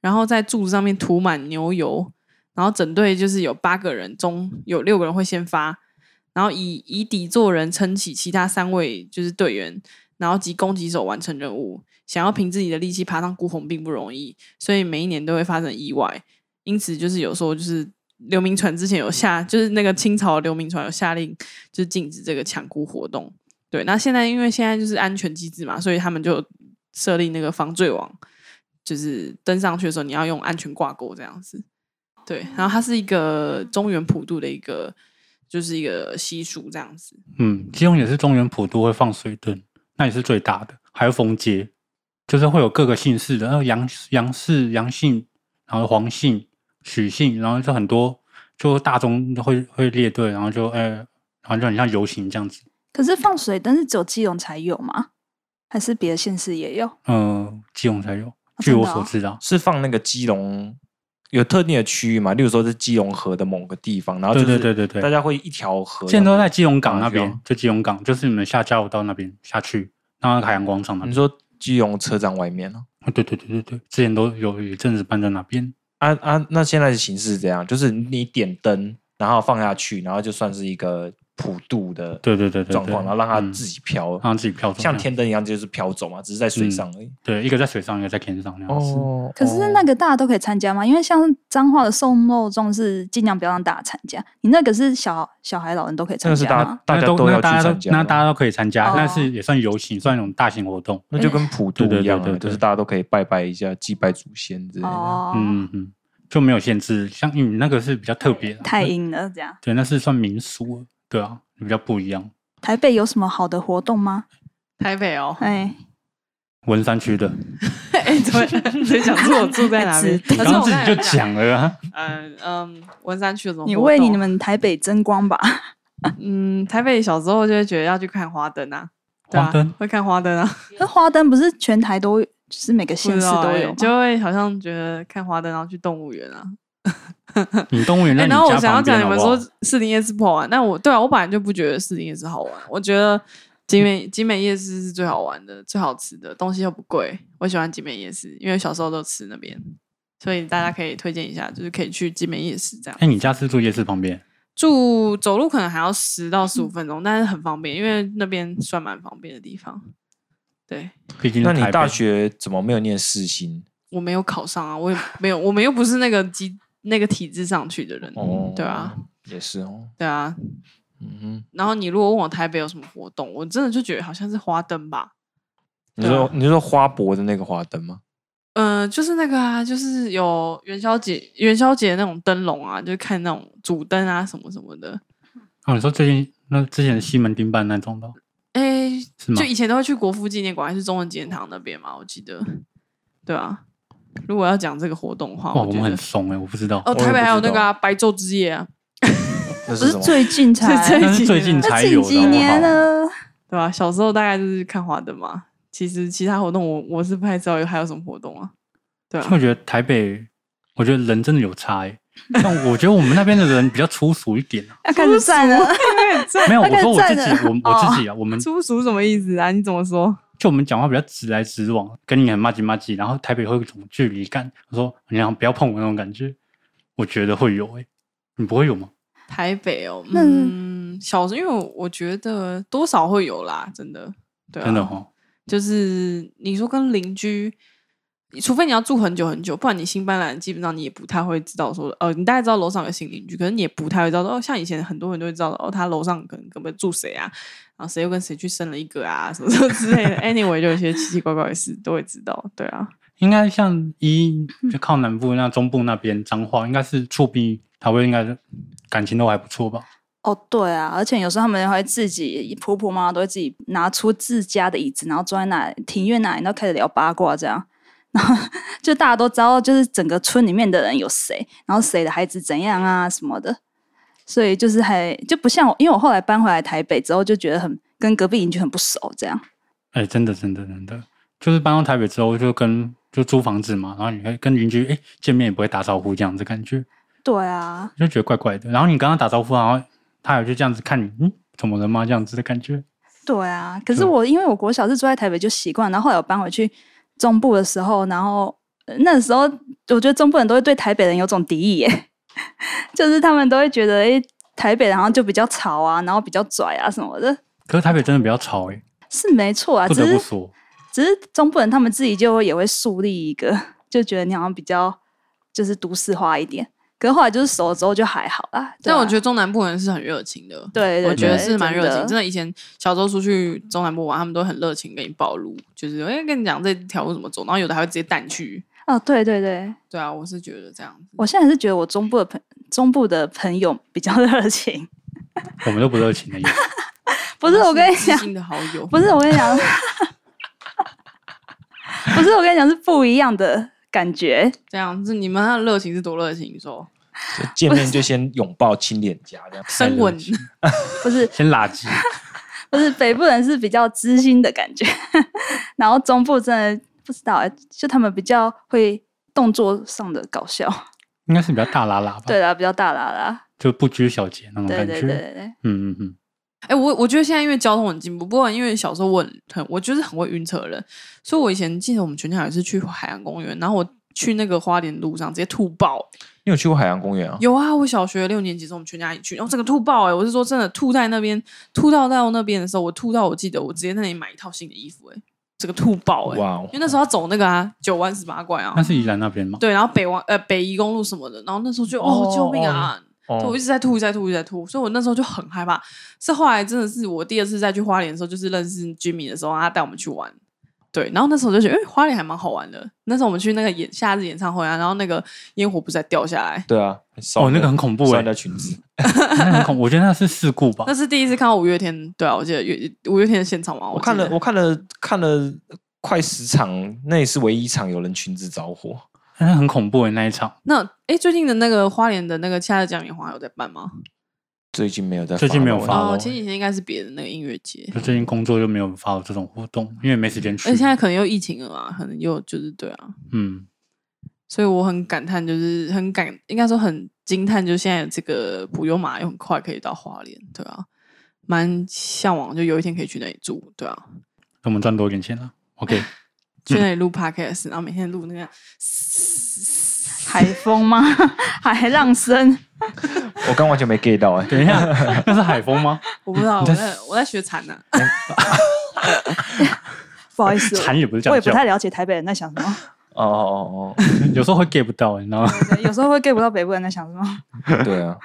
然后在柱子上面涂满牛油，然后整队就是有八个人中有六个人会先发，然后以以底座人撑起其他三位就是队员，然后及攻击手完成任务。想要凭自己的力气爬上孤鸿并不容易，所以每一年都会发生意外。因此，就是有时候就是刘铭传之前有下，就是那个清朝的刘铭传有下令，就是禁止这个抢孤活动。对，那现在因为现在就是安全机制嘛，所以他们就设立那个防坠网，就是登上去的时候你要用安全挂钩这样子。对，然后它是一个中原普渡的一个，就是一个习俗这样子。
嗯，基隆也是中原普渡会放水遁，那也是最大的，还有封街，就是会有各个姓氏的，然后杨杨氏、杨姓，然后黄姓、许姓，然后就很多，就大宗会会列队，然后就哎、然后就很像游行这样子。
可是放水灯是只有基隆才有吗？还是别的县市也有？
嗯、基隆才有，据
真
我
的
所
哦
知道，啊
是放那个基隆有特定的区域嘛？例如说是基隆河的某个地方，然啊后就
对
是
对对对对，
大家会一条河，
现在都在基隆港
啊
那
基隆
边，就基隆港，就是你们下加油道那边下去，然后海洋广场那边。
你说基隆车站外面哦
啊对对对对对，之前都有一阵子搬在那边。
啊啊，那现在的形式是这样，就是你点灯，然后放下去，然后就算是一个普渡的
对对对对对
状况，然后让它
嗯
自己飘，
让它自己飘嗯走这
像
样
天灯一样，就是飘走嘛，只是在水上而已。
对，一个在水上，一个在天上那样子。
哦，
可是那个大家都可以参加吗？因为像彰化的送肉粽是尽量不要让大家参加，你那个是小小孩、老人都可以
这
参
个是
加
大
吗？
大
那
家
都
都
那
要去
大家
参
都
加
那
吗，
大家都可以参加，
哦
但是也算游行，算一种大型活动。
那就跟普渡
对对
一样
对
啊，
对
就
对
是大家都可以拜拜一下，祭拜祖先之类的。
哦，
嗯嗯，就没有限制，像你那个是比较特别的，
太阴了，这样。
对，那是算民俗了，对啊，比较不一样。
台北有什么好的活动吗？
台北哦，
哎，
文山区的，
哎，对，谁讲出我住在哪边？
自
可是
然
我
后自己
刚才
就
有，
讲了 啊，
嗯嗯，文山区有什么活动？
你为你们台北争光吧！
嗯，台北小时候就会觉得要去看花灯啊，对
花灯
啊，会看花灯啊，
那 花灯不是全台都，就是每个
不
县
知
市
道
都
欸
有吗，
就会好像觉得看花灯，然后去动物园啊。
你动物园
哎、
在你
然后我
家
想要
旁
讲
边
你
好不
们
好
说？士林夜市不好玩，但我对啊，我本来就不觉得士林夜市好玩，我觉得集美集美夜市是最好玩的、最好吃的，东西又不贵，我喜欢集美夜市，因为小时候都吃那边，所以大家可以推荐一下，就是可以去集美夜市这样。
哎，你家是住夜市旁边？
住走路可能还要十到十五分钟，但是很方便，因为那边算蛮方便的地方。对
毕竟是
那你
台北
大学怎么没有念四星？
我没有考上啊，我也没有，我们又不
嗯
是那个机那个体制上去的人，
哦，
嗯对啊，
也是哦。
对啊，
嗯哼，
然后你如果问我台北有什么活动，我真的就觉得好像是花灯吧，
你
对啊
说你说花博的那个花灯吗？
嗯、就是那个啊，就是有元宵节元宵节那种灯笼啊，就看那种主灯啊什么什么的。
哦，你说最近那之前的西门町办那种的，
哎、
是吗
就以前都会去国父纪念馆还是中文纪念堂那边嘛，我记得，对啊。如果要讲这个活动的话，
哇，
哦
我
觉
们
得
很怂哎，我不知道
哦，，
我也
台北
不
还有
知
那个啊，白昼之夜啊，
那
不
是什
是
么？
最近才，
是最
但是最近
那
才
那近
有的，
几
好不
年
好
了，
对吧、小时候大概就是看花灯嘛，其实其他活动我我是不太知道有还有什么活动啊，对
所以我
啊，
觉得台北，我觉得人真的有差、欸。但我觉得我们那边的人比较粗俗一点啊。
要开始赞了。
没有，我说我自
那个
己，
真的
我我自己 啊，我们
粗俗什么意思啊？你怎么说？
就我们讲话比较直来直往，跟你很骂唧骂唧，然后台北会有一种距离感。我说你好像不要碰我那种感觉，我觉得会有诶、你不会有吗？
台北哦，
那
嗯，小时候因为我我觉得多少会有啦，真的，对、啊，
真的哈、哦，
就是你说跟邻居，除非你要住很久很久，不然你新搬来，基本上你也不太会知道说，呃，你大概知道楼上有新邻居，可是你也不太会知道说，哦，像以前很多人都会知道，哦，他楼上可能根本住谁啊，然后谁又跟谁去生了一个啊， 什么什么之类的。anyway，就有一些奇奇怪怪的事都会知道，对啊，
应该像一
嗯
就靠南部那中部那边彰化，应该是厝逼台北应该是感情都还不错吧？
哦，对啊，而且有时候他们会自己婆婆妈妈都会自己拿出自家的椅子，然后坐在那里庭院那里，然后开始聊八卦这样。然后 就大家都知道，就是整个村里面的人有谁，然后谁的孩子怎样啊什么的，所以就是还就不像我，因为我后来搬回来台北之后，就觉得很跟隔壁邻居很不熟，这样
哎、真的，真的，真的，就是搬到台北之后，就跟就租房子嘛，然后你会跟邻居哎、见面也不会打招呼这样子感觉，
对啊，
就觉得怪怪的。然后你跟他打招呼，然后他有就这样子看你，嗯，怎么了吗？这样子的感觉。
对啊。可是
对
我因为我国小是住在台北就习惯，然后后来我搬回去中部的时候，然后呃那时候我觉得中部人都会对台北人有种敌意耶， 就是他们都会觉得诶台北人好像就比较吵啊，然后比较拽啊什么的，
可是台北真的比较吵哎、
是没错啊。
不
只
得不
是
说，
只是中部人他们自己就会也会树立一个，就觉得你好像比较就是都市化一点。可是后来就是熟了之后就还好啦。
但我觉
得
得中南部人是很热情的。
对对
我觉得是蛮热情，
的。
真的。以前小时候出去中南部玩，他们都很热情，跟你暴露，就是哎、跟你讲这条路怎么走，然后有的还会直接带你去。
哦，对对对，
对啊，我是觉得这样子。
我现在是觉得我中部的朋中部的朋友比较 热情，
我们都不热情的意思。
不是我跟你
知
讲，
心的好友，
不是我跟你讲， 不是我跟你讲是不一样的感觉。
这样子，你们那热情是多热情？你说
就见面就先拥抱、亲脸颊这样。
深吻，
不是
先垃圾，
不是北部人是比较知心的感觉， 然后中部真的不知道欸，就他们比较会动作上的搞笑，
哦应该是比较大拉拉吧？
对，啦，比较大啦啦，
就不拘小节那种
对
感觉。
对对对对，
嗯嗯嗯，
哎、我我觉得现在因为交通很进步，不过因为小时候我很很，我就是很会晕车的人，所以我以前记得我们全家也是去海洋公园，然后我去那个花莲路上直接吐爆。
你有去过海洋公园啊？
有啊，我小学六年级的时候我们全家一起去，然后整个吐爆哎、我是说真的，吐在那边，吐到到那边的时候，我吐到我记得我直接在那里买一套新的衣服哎、整个吐爆哎、
哇哦
因为！那时候要走那个啊九弯十八拐啊
那，是宜兰那边吗？
对，然后北往呃北宜公路什么的，然后那时候就哦
哦
救命啊！对我
哦
一，直在吐，一直在吐，一直在吐，所以我那时候就很害怕。是后来真的是我第二次再去花莲的时候，就是认识 Jimmy 的时候，他带我们去玩。对，然后那时候我就觉得，哎、花莲还蛮好玩的。那时候我们去那个演夏日演唱会啊，然后那个烟火不是在掉下来，
对啊，
哦，那个很恐怖哎、
穿的裙子，
那很恐，我觉得那是事故吧
那？是第一次看到五月天。对啊，我记得月五月天的现场嘛，
我
记
看了
得，
我看了看了快十场，那也是唯一一场有人裙子着火。
那很恐怖哎、那一场
那哎、最近的那个花莲的那个夏日嘉年华还有在办吗？
最近没有在，
最近没有发
哦，
了
前几天应该是别的那个音乐节，
就最近工作就没有发这种活动，因为没时间去。
而且现在可能又疫情了嘛，可能又就是对啊，
嗯，
所以我很感叹，就是很感，应该说很惊叹，就现在这个普悠玛又很快可以到花莲，对啊，蛮向往，就有一天可以去那里住，对
嗯
啊，
那我们赚多一点钱了。OK，
去那里录 podcast，然后每天录那个，
海风吗？ 海浪声，
我刚完全没 get 到哎、
等一下， 那是海风吗？
我不知 道，我
你在
在我在学禅呢、啊
不好意思，
蝉也不是哎这
我
样
也不
叫，
太了解台北人在想什么，
哦哦哦
有时候会 get 不到、你知道吗？
对有时候会 get 不到北部人在想什么。
哦，对啊，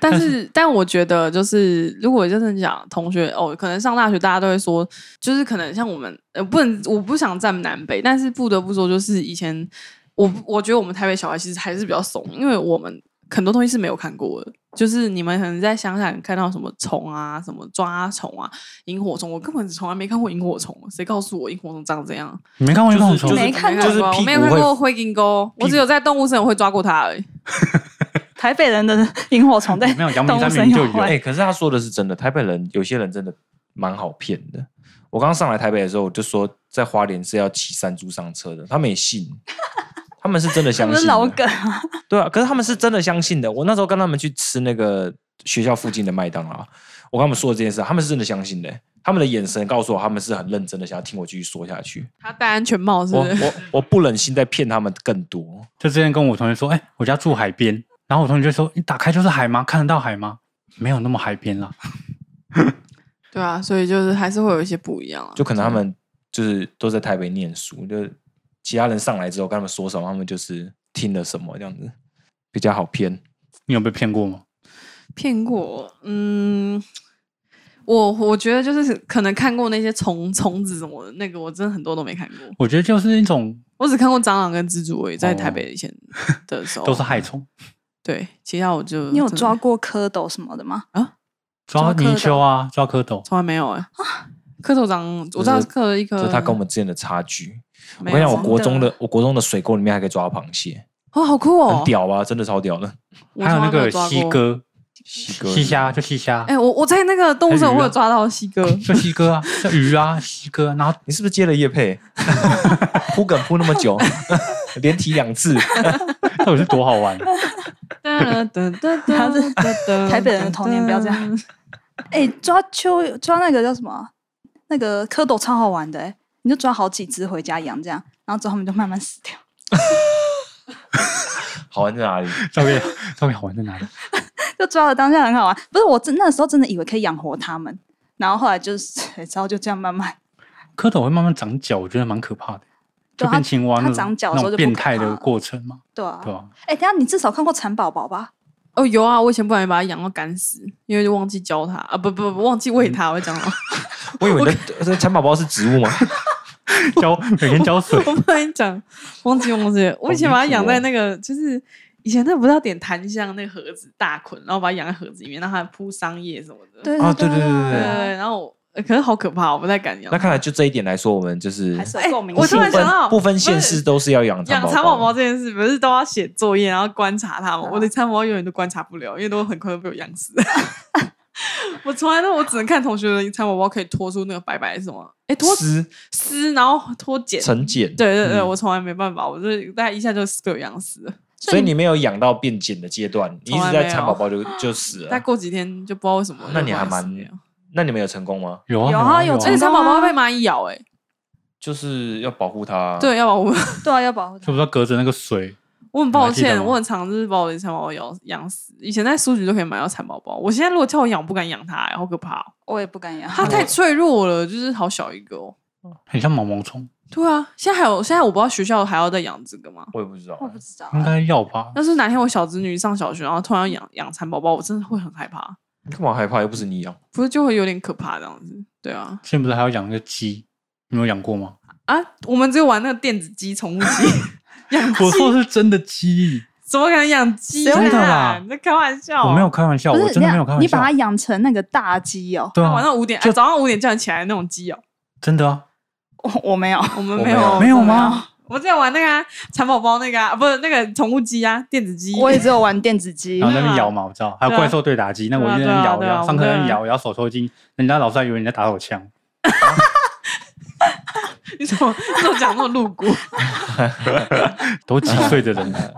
但是，但我觉得，就是如果真的讲同学哦，可能上大学大家都会说，就是可能像我们，呃，不能，我不想站南北，但是不得不说，就是以前我我觉得我们台北小孩其实还是比较怂，因为我们很多东西是没有看过的，就是你们可能在乡下看到什么虫啊、什么抓虫啊、萤火虫，我根本从来没看过萤火虫，谁告诉我萤火虫长怎样？
你没看过
就是
萤火虫
就？是
没看过，啊
就是
我
屁
没有
股
看
会
过灰金钩，我只有在动物森友会抓过它而已。
台北人的萤火虫在
没有阳明
动物
山
森
明就
友
有
哎、
会，
可是他说的是真的，台北人有些人真的蛮好骗的。我刚上来台北的时候，我就说在花莲是要骑山猪上车的，他们也信，他们是真的
他
相
们
信
是
的
老梗啊，
对啊，可是他们是真的相信的。我那时候跟他们去吃那个学校附近的麦当劳，我跟他们说了这件事，他们是真的相信的、他们的眼神告诉我，他们是很认真的，想要听我继续说下去。
他戴安全帽是
我
不是？
我我不忍心再骗他们更多。
就之前跟我同学说，哎、我家住海边，然后我同学就说，你打开就是海吗？看得到海吗？没有那么海边啦。
对啊，所以就是还是会有一些不一样啊。
就可能他们就是都在台北念书，就是其他人上来之后跟他们说什么，他们就是听了什么这样子，比较好骗。
你有被骗过吗？
骗过，嗯，我我觉得就是可能看过那些虫虫子什么的，那个我真的很多都没看过，
我觉得就是一种
我只看过蟑螂跟蜘蛛而已，在
哦
台北 以前的时候，
都是害虫，
对，其他我就
你有
真的
抓过蝌蚪什么的吗？
抓
抓蝌蚪
泥鳅啊，抓蝌蚪。
从来没有哎、蝌蚪长，我知道蝌蚪一颗，
这是他跟我们之间的差距。我
没
跟你
有
讲，
啊
我国中
真
的我国中的水沟里面还可以抓螃蟹，
哦，好酷哦
很，屌啊，真的超屌的。
我
还有
从
那
来没
个
抓
西
过，
哥、
西哥
西虾，就西虾，
哎、我我在那个动物
还有
园
鱼啊
我有抓到西 哥，
就西哥啊，就鱼啊，西哥啊。然后
你是不是接了叶配？ 铺梗铺那么久， 连提两次，
到底是多好 玩？
噔噔噔
他是
噔
台北人的童年不要这样。哎，抓秋抓那个叫什么啊？那个蝌蚪超好玩的，哎，你就抓好几只回家养这样，然后之后它们就慢慢死掉。
好玩在哪里？
照片照片好玩在哪里？
就抓了当下很好玩。不是我真那时候真的以为可以养活它们，然后后来就是， 然后就这样慢慢，
蝌蚪会慢慢长脚，我觉得蛮可怕的，
对
就
啊
变青蛙
它
那种
长脚的
那
时候
种
就不
变
可
态
怕
的
了
过程嘛，
对啊
对。吧？
哎、等一下你至少看过蚕宝宝吧？
哦，有啊，我以前不小心把它养到干死，因为就忘记教它啊，不不不，忘记喂它，我讲了，
我以为那这蚕宝宝是植物吗？
浇每天浇水，
我不小心讲忘记忘记，我以前把它养在那个就是。以前那不是要点檀香那个盒子大捆，然后把它养在盒子里面，让它铺桑叶什么的。
对
啊
对
对对对
对，
对
然后我呃可是好可怕，我不太敢养
那。看来就这一点来说，我们就是
还是有共鸣
哎我突
性。
然
不
想到
分不分县
不是
市都是要养
养蚕
蚕
宝宝
宝宝。
这件事，不是都要写作业，然后观察它吗？
啊
我的蚕宝宝永远都观察不了，因为都很快就被我养死。 我从来都我只能看同学的蚕宝宝可以拖出那个白白的什么，哎，拖
丝
丝，然后拖茧，
成茧，
对对对，
嗯
我从来没办法，我就是大概一下就被我养死了。
所以你没有养到变茧的阶段，你一
从来
直
没有
在蚕宝宝就就死
再
了。
过几天就不知道为什么，
啊那你还
就把它死
蛮
掉
那你们有成功吗？
有啊
有啊有
有
而且
成
蚕宝宝被蚂蚁咬，哎，
就是要保护它。，
对，要不然我们
对啊，要保护
是不
它。
是要隔着那个水？
我很抱
你还记得
歉，
吗
我很常就是把我的蚕宝宝咬养死。以前在书局都可以买到蚕宝宝，我现在如果叫我养，我不敢养它、哎好可怕、哦！
我也不敢
啊
养。
它太脆弱了，就是好小一个哦。
很像毛毛虫，
对啊，现在还有现在我不知道学校还要再养这个吗？
我也不知道
我。不知道
应
啊、
该要吧？
要是哪天我小侄女上小学，然后突然要养养蚕宝宝，我真的会很害怕，
你干嘛害怕？又不是你养。
不是就会有点可怕这样子。对啊，
现在不是还要养那个鸡？你有养过 吗？
啊，我们只有玩那个电子鸡、宠物鸡 养鸡
我，说的是真的鸡，
怎么可能养鸡、啊？
真的啦
你在开玩笑哦、
我没有开玩笑，
不
我
是
真的没有开玩笑。
你把它养成那个大鸡哦，
对
晚
啊，
上五点，哎早上五点叫你起来那种鸡哦、
真的啊，
我我没有。
我们
我
没
没有
有，
没有
我们
吗？
我之前玩那个啊蚕宝宝那个啊，不是那个宠物鸡啊，电子鸡。
我也只有玩电子鸡
然，后在那边摇嘛，我知道，还有
对啊
怪兽对打机，那我
对啊
一直在那边摇
对啊对啊
摇，上课
我
在
们
那边摇摇手抽筋，人家老师还以为你在打手枪。
你怎么你怎么讲那么露骨？
都几岁的人了，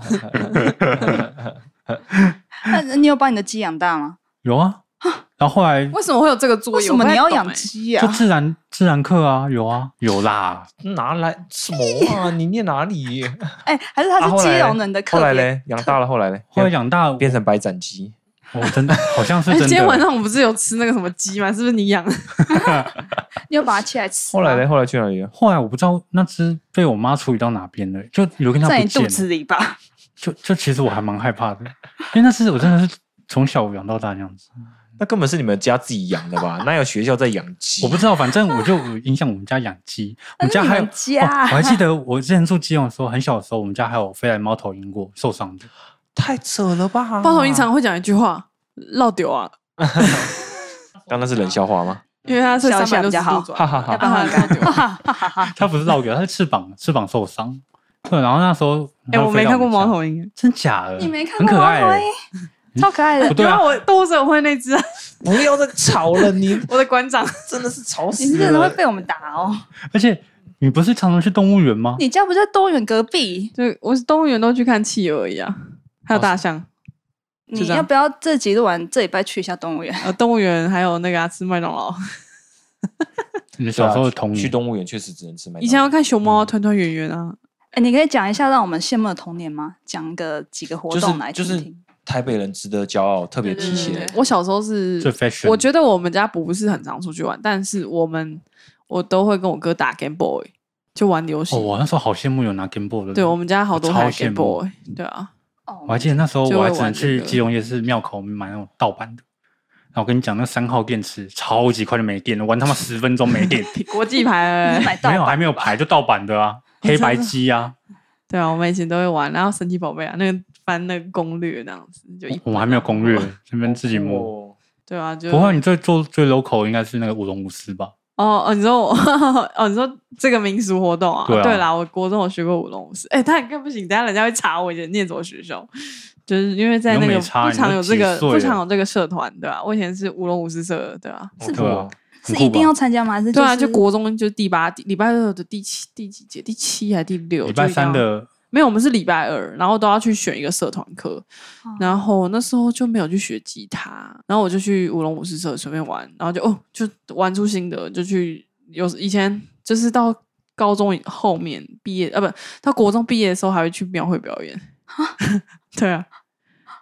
那你有把你的鸡养大吗？
有啊。 然后后来
为什么会有这个作
为
业？
什么
我不太
你要
懂
养
欸？
鸡
就
啊？
自然自然课啊，有啊，有啦。
拿来什么啊？你念哪里？
欸
哎、还是它
啊
是
后来
基
嘞
隆人的
后
特
来
别？
嘞，养大了，后来嘞，
后来
变
长大，
变成白斩鸡。
我真的 好像是
哎，
真的。
今天晚上我们不是有吃那个什么鸡吗？是不是你养？
你有把它切来吃？
后来嘞，？后来去哪里了？
后来我不知道那只被我妈处理到哪边了，就有跟它
在
不
你
见
肚
了。
子里吧？
就就其实我还蛮害怕的，因为那只我真的是从小养到大这 样子。
那根本是你们家自己养的 吧？哪有学校在养鸡？
我不知道，反正我就有影响我们家养鸡，我们家还有
那是你们家
哦我还记得我之前住基隆的时候，很小的时候，我们家还有飞来猫头鹰过受伤的。
太扯了吧！
包头经常会讲一句话：“绕丢啊
刚刚是冷笑话吗？！”
因为他是
笑
三
一下
百
比
六
较
十
好
度
哈
转，
哈哈
然后他绕丢。
它不是绕远，它是翅膀翅膀受伤。对，然后那时候
哎，我没看过猫
猫，
头鹰，
真假的？
你没看
很
过
可
猫
爱
头
欸
鹰， 超可爱
不
的。
对啊
然后我动物社会那只啊，
不要再吵了，你
我的馆 长，
真的是吵
你
死
真的会
了！
被我们打哦！
而且你不是常常去动物园吗？
你家不就在多远隔壁？
就我是动物园都去看企鹅而已啊，还有大象，就
你
这样
要不要这集录完这礼拜去一下动物园？
呃，动物园还有那个啊，吃麦当劳。
你小时候的童
啊去
年，
动物园确实只能吃麦当劳。
以前要看熊猫啊，团团圆圆啊，
哎，你可以讲一下让我们羡慕的童年吗？讲个几个活
就是
动来
就
听
是
听。
台北人值得骄傲，特别
对对
体
对对
现。
我小时候是
最 fashion
我觉得我们家不是很常出去玩，但是我们我都会跟我哥打 Game Boy，就玩游戏。
哦，我那时候好羡慕有拿 Game Boy 的人。
对我们家好多台
我超羡
Game
慕
Boy，对啊，
哦
我还记得那时候
就
我
会
还只能
玩这
去
个
基隆夜市庙口买那种盗版的。然后我跟你讲，那三号电池超级快就没电了，玩他妈十分 钟没电，
国际牌欸，
你买到
没有啊还没有牌就盗版的啊，黑白机啊，
对啊，我们以前都会玩，然后神奇宝贝啊，那个翻那个攻略那样子，就一
我们还没有攻略，这边自己摸。
哦
嗯摸，
对啊，就
哦不过你最做最 local 应该是那个舞龙舞狮吧？
哦哦，你说我 哦，你说这个民俗活动啊？
对啊
啦，我国中有学过舞龙舞狮，哎，但更不行，等一下人家会查我以前念什么学校，就是因为在那
你
个
又没查
不常有这
你
个
都几岁了
不常有这个社团，对吧、我以前是舞龙舞狮社的，对吧、
是
对啊
是
很酷
一
吧
定要参加吗？还是
对啊，
就
就是国中就第八礼拜二的第七第几节，第七还是第六？
礼拜
就一定要
三的
没有，我们是礼拜二，然后都要去选一个社团课，
哦
然后那时候就没有去学吉他，然后我就去舞龙舞狮社随便玩，然后就哦就玩出心得，就去有以前就是到高中以后面毕业啊不到国中毕业的时候还会去庙会表演， 对啊，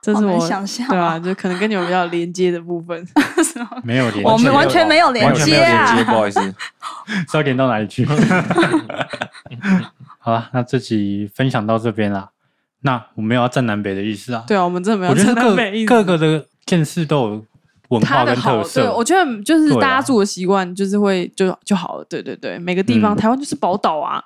这
好
是
难
我
想象
对啊，
哦
就可能跟你们比较连接的部分，
没有连接，
我们完全没有
完全没
连
有
接啊
连接，不好意思。
是要连到哪里去？ 好了，那这集分享到这边啦。那我没有要站南北的意思啊，
对啊，我们真的没有
我觉
真
得
的没意
各
思
各个的县市都有文
它
化
的
跟
好，
特
对，
色，
我觉得就是
对啊
大家住的习惯，就是会就就好了。对对对，每个地方，
嗯
台湾就是宝岛啊，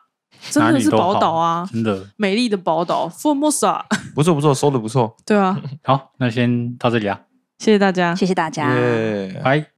真
哪
的
里
是
都
宝
好
岛啊，
真的
美丽的宝岛，福尔摩沙。
不错不 错，收的不错，
对啊，
好。那先到这里啊，
谢谢大家，
谢谢大家。
耶！
拜。